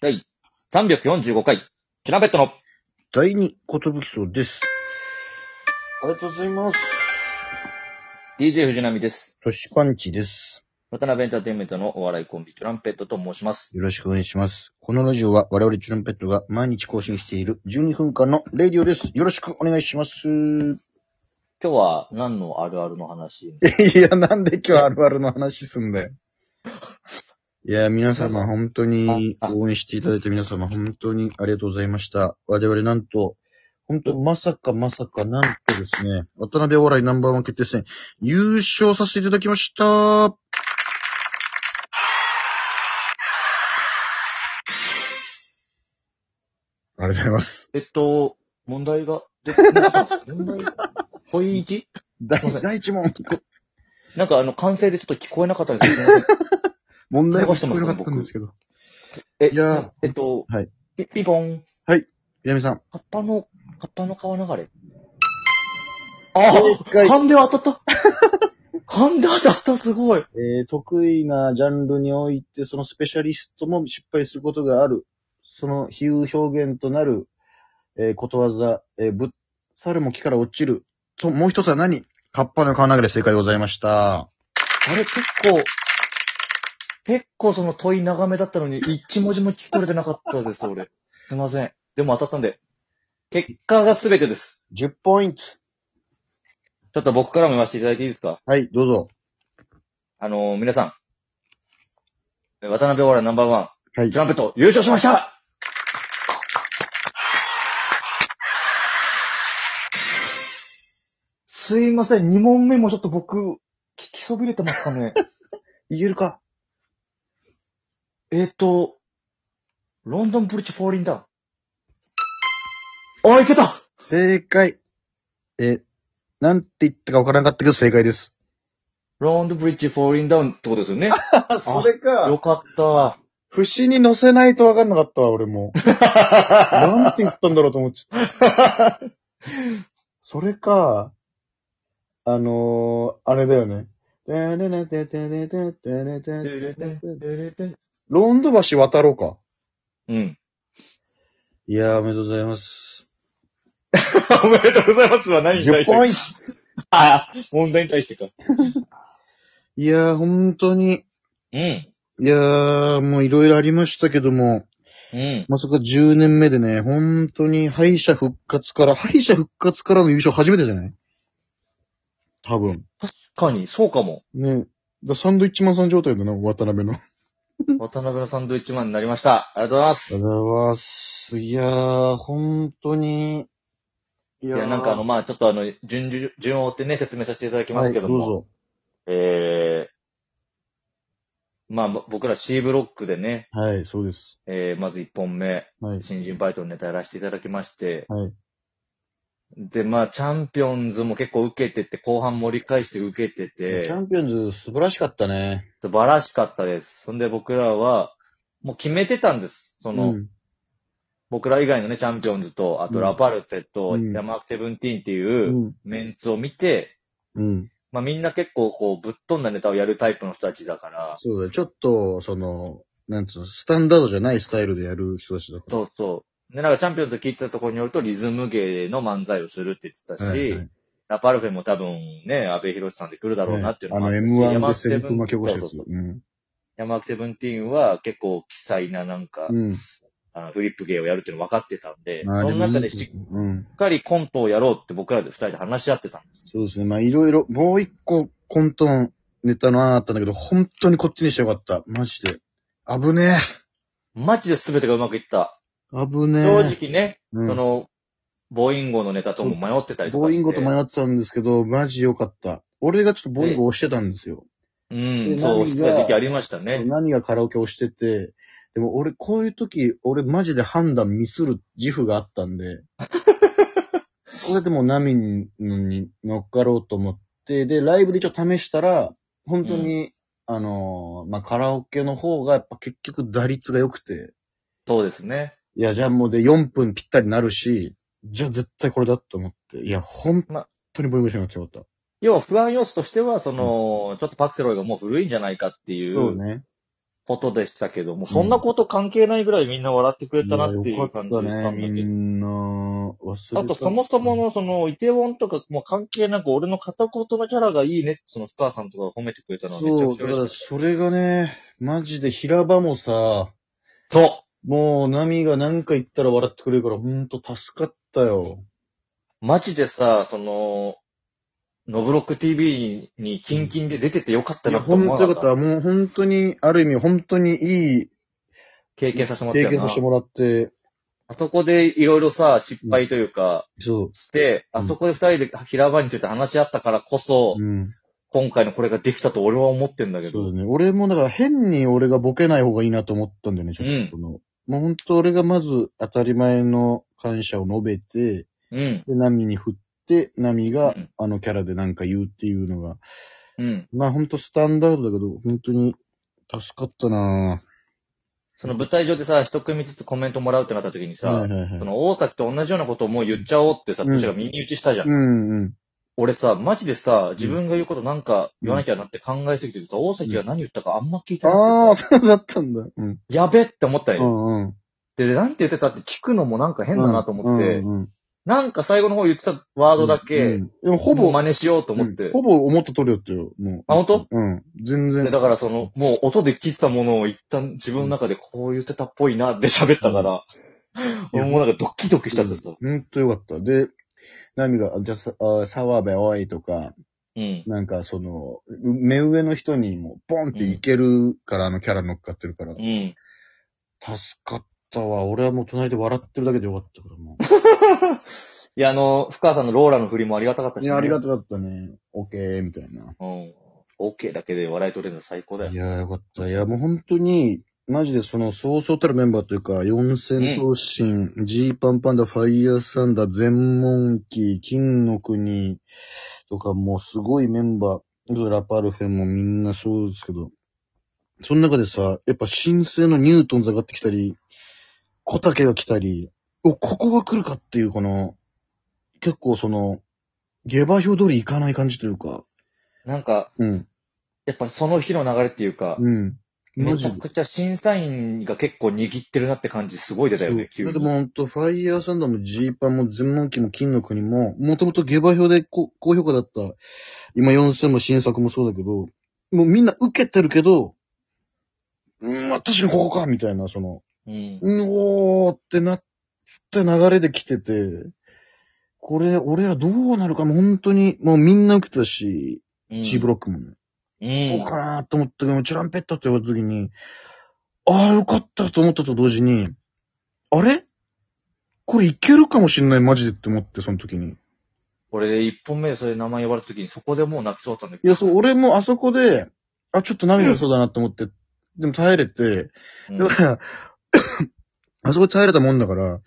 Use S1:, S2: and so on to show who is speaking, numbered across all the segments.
S1: 第345回、キナベットの、
S2: 第二ことぶきそうです。ありがとうございます。
S1: DJ 藤波です。
S2: トシパンチです。
S1: 渡辺エンターテインメントのお笑いコンビ、トランペットと申します。
S2: よろしくお願いします。このラジオは我々チュランペットが毎日更新している12分間のレディオです。よろしくお願いします。
S1: 今日は何のあるあるの話
S2: いや、なんで今日あるあるの話すんだよ。いや、皆様本当に
S1: ああ
S2: 応援していただいた皆様本当にありがとうございました。我々なんと、本当まさかまさかなんとですね、渡辺お笑いナンバーワン決定戦優勝させていただきました。ありがとうございます。
S1: えっと、問題が出てこなかったんですか問題ポイ1
S2: 第
S1: すいません
S2: 第一問。
S1: なんかあの、完成でちょっと聞こえなかったんですけどすいません、
S2: 問題
S1: 流
S2: は
S1: して
S2: 聞
S1: ま
S2: こ
S1: す
S2: え
S1: ね
S2: なかったんですけど。
S1: え、
S2: いやー
S1: えっと、
S2: はい
S1: ピッピポン、
S2: 南さん。
S1: カッパの、カッパの川流れ。ああ
S2: 解
S1: 勘で当たった勘で当たったすごい
S2: えー得意なジャンルにおいて、そのスペシャリストも失敗することがある。その比喩表現となる、えーことわざ、えーぶっ、猿も木から落ちる。と、もう一つは何カッパの川流れ正解でございました。
S1: あれ結構、結構その問い長めだったのに、一文字も聞き取れてなかったです、俺。すいません。でも当たったんで。結果が全てです。
S2: 10ポイント。
S1: ちょっと僕からも言わせていただいていいですか
S2: はい、どうぞ。
S1: あのー皆さん。え渡辺オーラナンバーワ
S2: はい
S1: ン、ト。ランペット、優勝しましたすいません、2問目もちょっと僕、聞きそびれてますかね
S2: いけるか
S1: えっと、ロンドンブリッジフォーリンダウン。あ、いけた
S2: 正解。えーなんて言ったかわからなかったけど正解です。
S1: ロンドンブリッジフォーリンダウンってことですよね。
S2: あ、
S1: そ
S2: れ
S1: よ
S2: か。
S1: か った。
S2: 節に乗せないとわかんなかったわ、俺 も。なんて言ったんだろうと思っちゃった。それか、あのー、あれだよね。ロンド橋渡ろうか。
S1: うん。
S2: いやー、おめでとうございます。
S1: おめでとうございますは何に対し
S2: 10
S1: て
S2: ポイント
S1: ああ、問題に対してか。
S2: いやー、本当に。
S1: うん。
S2: いやー、もういろいろありましたけども、
S1: うん。
S2: まさか10年目でね、本当に敗者復活から、敗者復活からの優勝初めてじゃない多分。
S1: 確かに、そうかも。
S2: ね。だサンドイッチマンさん状態だな、渡辺の。
S1: 渡辺のサンドイッチマンになりました。ありがとうございま
S2: あり
S1: す。
S2: がとうございます。いやー、本当に。い
S1: い
S2: や
S1: や、なんかあの、まあちょっとあの、順、順順を追ってね、説明させていただきますけども。
S2: はい、どうぞ。
S1: ええまあ僕ら C ブロックでね、
S2: はい、そうです。
S1: えー、まず1本目、
S2: はい。
S1: 新人バイトのネタやらせていただきまして、
S2: はい。
S1: で、まあチャンピオンズも結構受けてて、後半盛り返して受けてて
S2: チャ、ンピオンズ素晴らしかったね。
S1: 素晴らしかったです。そんで僕らは、もう決めてたんです。その、
S2: うん
S1: 僕ら以外のね、チャンピオンズと、あとラパルフェと、
S2: うん
S1: ヤマークセブンティーンって
S2: う。
S1: いうんメンツを見て、
S2: うん。
S1: まあみんな結構こう、ぶっ飛んだネタをやるタイプの人たちだから、
S2: そうだよ。ちょっと、その、なんつうの、スタンダードじゃないスタイルでやる人たちだった。
S1: そうそう。で、なんかチャンピオンズ聞いてたところによると、リズム芸の漫才をするって言ってたし、
S2: はいはい
S1: ラパルフェも多分ね、安倍博さんで来るだろうなっていう
S2: あ
S1: もっ
S2: の、
S1: たし
S2: M1 でセリフ巻き起こしたや
S1: そう
S2: つ
S1: そうそう。
S2: うん。
S1: ヤマークセブンティーンは結構、奇才ななんか、
S2: うん。
S1: あのフリップ芸をやるっていうの分かってたんで、
S2: まあ
S1: その中で
S2: もいい
S1: し
S2: けどうん。
S1: っかりコントをやろうって僕らで二人で話し合ってたんです。
S2: そうですね。まあ、いろいろ、もう一個、コントンネタの案あったんだけど、本当にこっちにしてよかった。マジで。危ね
S1: マジで全てがうまくいった。
S2: え。危ねえ。
S1: 正直ね、
S2: うん
S1: その、ボーインゴのネタとも迷ってたりと
S2: ボ
S1: か
S2: ーイ
S1: して。
S2: ンゴと迷ってたんですけど、マジ良かった。俺がちょっとボーインゴ押してたんですよ。
S1: うん、
S2: で
S1: そうして
S2: 何が
S1: た時期ありましたね。
S2: 何がカラオケ押してて、でも俺こういう時、俺マジで判断ミスる自負があったん で、これでもうナミに乗っかろうと思って、で、ライブで一応試したら、本当に、あのー、まあ、カラオケの方がやっぱ結局打率が良くて、
S1: そうですね。
S2: いや、じゃあもうで4分ぴったりなるし、じゃあ絶対これだと思って、いや、本当にボーインゴしなくてよかった。
S1: 要は不安要素としては、その、ちょっとパクセロイがもう古いんじゃないかっていう、
S2: そうね。
S1: ことでしたけども、そんなこと関係ないぐらいみんな笑ってくれたなっていう感じ
S2: い
S1: で
S2: や
S1: し
S2: よ
S1: た
S2: か
S1: んだ
S2: ったね。
S1: け
S2: み
S1: ど。
S2: んな、忘れ
S1: あと、そもそもの、その、イテウォンとか、もう関係なく、俺の片言のキャラがいいねって、その、深川さんとかが褒めてくれたのはめちゃ
S2: そ
S1: く
S2: う、
S1: ちゃ
S2: だ
S1: 嬉
S2: か
S1: し
S2: らそれがね、マジで平場もさ、
S1: い。そう
S2: もう波が何か言ったら笑ってくれるから、ほんと助かったよ。
S1: マジでさ、その、ノブロック TV にキンキンで出ててよかった
S2: いや、
S1: なと
S2: ほん
S1: 思
S2: と
S1: わな
S2: よ
S1: か
S2: か
S1: っ。
S2: ったた。もう本当に、ある意味本当にいい
S1: 経験させてもらっ
S2: 経
S1: たよ
S2: 験さ
S1: な
S2: せて。もらって、
S1: あそこでいろいろさ、失敗というか、
S2: そ
S1: して、
S2: うん
S1: あそこで二人で平場について話し合ったからこそ、
S2: う。うん。
S1: 今回のこれができたと俺は思ってんだけ
S2: そう
S1: ど。
S2: だね。俺もだから変に俺がボケない方がいいなと思ったんだよね、ちょっと。もう本当俺がまず当たり前の感謝を述べて、
S1: うん。
S2: で、波に振って、波が
S1: うん
S2: あのキャラでなんか言うっていうのが、
S1: うん。
S2: まあ本当スタンダードだけど、本当に助かったな
S1: その舞台上でさ、一組ずつコメントもらうってなった時に
S2: ぁ。は
S1: さ
S2: い、はいはい
S1: そ。の大崎と同じようなことをもう言っちゃおうってさ、
S2: うん
S1: 私が耳打ちしたじゃん。
S2: うんうん。
S1: 俺さ、マジでさ、自分が言うことなんか言わなきゃなって考えすぎててさ、大崎が何言ったかあんま聞いてな
S2: ああ、
S1: くてさ、
S2: そうだったんだ。うん。
S1: やべって思ったん
S2: う
S1: よ。
S2: んうん。
S1: で、なんて言ってたって聞くのもなんか変だなと思って、
S2: うんうん
S1: なんか最後の方言ってたワードだ
S2: う
S1: け、
S2: んでも
S1: ほ
S2: ほ
S1: ぼ
S2: ぼ、
S1: 真似しようと思っ
S2: うん
S1: て。
S2: ほぼ思った通りだったよ、もう。
S1: あ、本当
S2: うん。全
S1: で
S2: 然。
S1: だからその、もう音で聞いてたものを一旦自分の中でこう言ってたっぽいなって喋ったから、
S2: うん
S1: 俺もなんかドッキドキしたんですよ。
S2: ほんとよかった。で、ナミが、じゃあさ、あ沢部おいとか、
S1: うん。
S2: なんかその、う目上の人にも、ボンっていけるから、あのキャラ乗っかってるから
S1: う。ん。
S2: 助かったわ。俺はもう隣で笑ってるだけでよかったから、も
S1: いや、あの、深川さんのローラの振りもありがたかった
S2: う。
S1: し、
S2: いや、ありが
S1: と
S2: たかったね。オッケー、みたいな。
S1: う。うん。OK だけで笑い取れるの最高だよ
S2: い。や、よかった。いや、もう本当に、マジでその、そうそうたるメンバーというか、四千頭身、ジーパンパンダ、ファイヤーサンダー、全モンキー、金の国とか、もうすごいメンバー、ラパルフェもみんなそうですけど、その中でさ、やっぱ新生のニュートンズ上がってきたり、小竹が来たり、お、ここが来るかっていう、この、結構その、下馬評通り行かない感じというか、
S1: なんか、
S2: うん、
S1: やっぱその日の流れっていうか、
S2: うん。マ
S1: め
S2: ジ
S1: ち
S2: で
S1: ゃくちゃ審査員が結構握ってるなって感じすごい出たよね、急
S2: だ
S1: に。
S2: ってもうほんと、ファイヤーサンダーもジーパンも全問記も金の国も、もともと下馬評でこ高評価だった、今4000も新作もそうだけど、もうみんな受けてるけど、うん、私のここかみたいな、その、
S1: うん。
S2: うおーってなった流れで来てて、これ、俺らどうなるかもう本当に、もうみんな受けてたし、
S1: うん
S2: C ブロックもね。
S1: う。
S2: どうんかなと思ったけど、チュランペットって言われた時に、ああ、よかったと思ったと同時に、あれこれいけるかもしんない、マジでって思って、その時に。
S1: 俺で一本目でそれ名前呼ばれた時にそこでもう泣きそうだったんだけ
S2: い
S1: ど。
S2: や、そう、俺もあそこで、あ、ちょっと涙出そうだなって思って、でも耐えれて、
S1: うん
S2: だから、 あそこで耐えれたもんだから、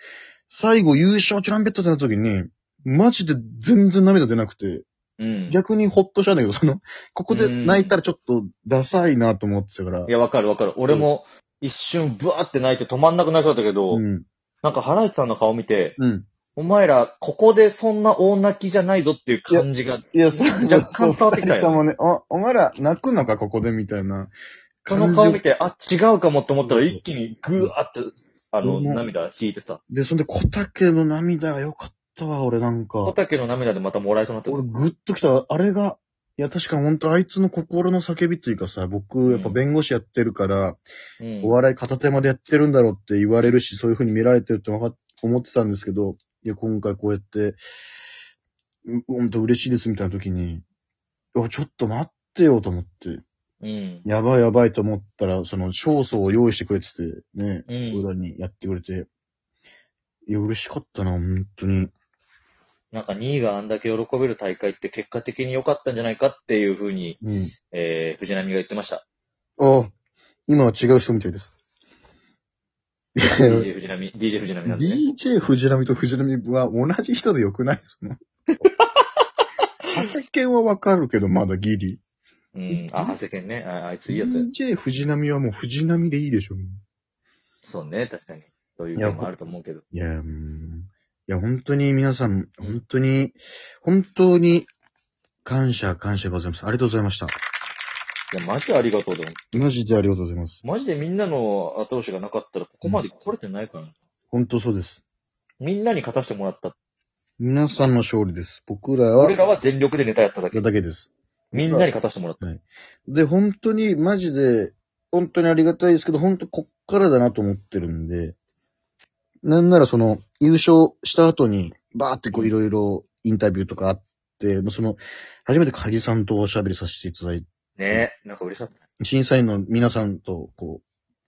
S2: 最後優勝チュランペットってなった時に、マジで全然涙出なくて、
S1: うん。
S2: 逆にほっとしたんだけど、その、ここで泣いたらちょっとダサいなと思ってたか
S1: い。
S2: ら
S1: や、わかるわかる。俺も一瞬ブワーって泣いて止まんなくなりそうだったけど、
S2: うん。
S1: なんか原市さんの顔見て、
S2: うん。
S1: お前ら、ここでそんな大泣きじゃないぞっていう感じが、
S2: いや、そう、
S1: 若干伝わってきたよ
S2: そう二人ともね、お、お前ら泣くのか、ここで、みたいな。
S1: その顔見て、あ、違うかもって思ったら一気にグワーって、あの、
S2: うん
S1: 涙引いてさ、
S2: で、そんで、小竹の涙が良かったわ、俺なん
S1: 小
S2: か。
S1: 竹の涙でまたもらいそうになって
S2: 俺、ぐっときた。あれが、いや、確か本当あいつの心の叫びというかさ、僕、やっぱ弁護士やってるから、
S1: た。うん
S2: お笑い片手間でやってるんだろうって言われるし、そういう風に見られてるってわか思ってたんですけど、いや、今回こうやって、う本当嬉しいですみたいな時に、いやちょっと待ってよと思って。
S1: うん。
S2: やばいやばいと思ったら、その、勝訴を用意してくれてて、ね、
S1: うん
S2: 裏にやってくれて。いや、嬉しかったな、本当に。
S1: なんか2位があんだけ喜べる大会って結果的に良かったんじゃないかっていうふうに、
S2: うん。
S1: えー、藤波が言ってました。
S2: あ、今は違う人みたいです。いや
S1: DJ 藤波、DJ 藤波なんですね。
S2: DJ 藤波と藤波は同じ人でよくないそ の。畑健はわかるけど、まだギリ。
S1: うん。あ、長谷健ね。ああいついいやつ。
S2: DJ 藤波はもう藤波でいいでしょ。
S1: そうね、確かに。そういう意見もあると思うけど。
S2: いや、うんいや、本当に皆さん、本当に、本当に、感謝、感謝ございます。ありがとうございました。
S1: いや、マジでありがとうだもん。
S2: マジでありがとうございます。
S1: マジでみんなの後押しがなかったら、ここまで来れてないから、
S2: 本当そうです。
S1: みんなに勝たせてもらった。
S2: 皆さんの勝利です。僕らは、
S1: 俺らは全力でネタやっただけ。
S2: だけです。
S1: みんなに勝たせてもらった。
S2: で、本当に、マジで、本当にありがたいですけど、本当こっからだなと思ってるんで、なんならその、優勝した後に、バーってこういろいろインタビューとかあって、もうその、初めてカギさんとおしゃべりさせていただいて、
S1: ねえ、なんか嬉しかった。
S2: 審査員の皆さんと、こ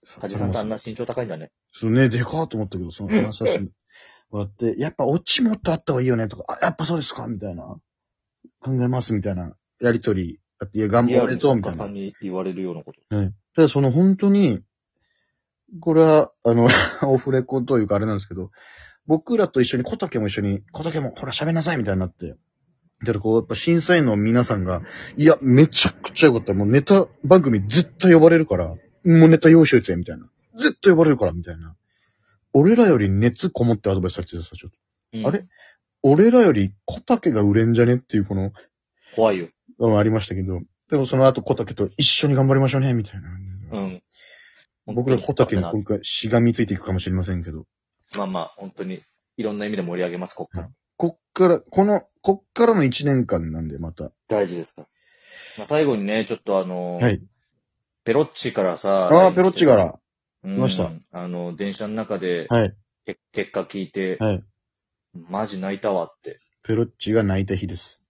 S2: う、
S1: カジさんとあんな身長高いんだね。
S2: そうね、でかーと思ったけど、 その話させてもらって、やっぱオチもっとあった方がいいよねとか、あ、やっぱそうですかみたいな。考えますみたいな、やりとり。あっていや、頑
S1: リア
S2: 張
S1: ル
S2: れ
S1: に
S2: ぞ
S1: 作
S2: みた
S1: 家
S2: い
S1: さ
S2: な。
S1: んに言われるようなこと。
S2: ただその本当に、これは、あの、 オフレコというかあれなんですけど、僕らと一緒に小竹も一緒に、小竹もほら喋りなさいみたいになって。だからこう、やっぱ審査員の皆さんが、いや、めちゃくちゃよかった。もうネタ番組絶対呼ばれるから、もうネタ用意しといて、みたいな。絶対呼ばれるから、みたいな。俺らより熱こもってアドバイスされてたちょっと。
S1: うん
S2: あれ俺らより小竹が売れんじゃねっていうこの、
S1: 怖いよ。
S2: うんありましたけど、でもその後小竹と一緒に頑張りましょうね、みたいな。
S1: うん。
S2: 僕ら小竹に今回しがみついていくかもしれませんけど、
S1: まあまあ、本当に、いろんな意味で盛り上げます、こっから。
S2: こっから、この、こっからの1年間なんで、また。
S1: 大事ですから。まあ、最後にね、ちょっとあのー
S2: はい。
S1: ペロッチからさ、
S2: ああ、ペロッチか、ら。
S1: うん、
S2: いました。
S1: あの、電車の中で、
S2: はい。
S1: け結果聞いて、
S2: はい。
S1: マジ泣いたわって
S2: ペロッチが泣いた日です。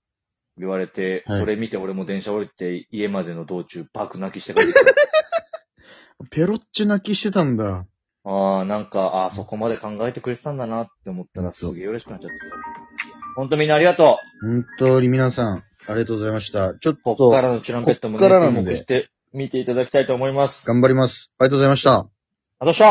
S1: 言われて、
S2: はい
S1: それ見て俺も電車降りて家までの道中爆泣きして帰ってきた。
S2: ペロッチ泣きしてたんだ。
S1: ああ、なんか、ああ、そこまで考えてくれてたんだなって思ったらすげえ嬉しくなっちゃった。ほんとみんなありがと
S2: 本当に皆さん、ありがとうございました。ちょっ
S1: う。
S2: と、
S1: こっからのチュランペットもね、
S2: こっからな
S1: 注
S2: んで
S1: 目して見ていただきたいと思います。
S2: 頑張ります。ありがとうございました。
S1: あとした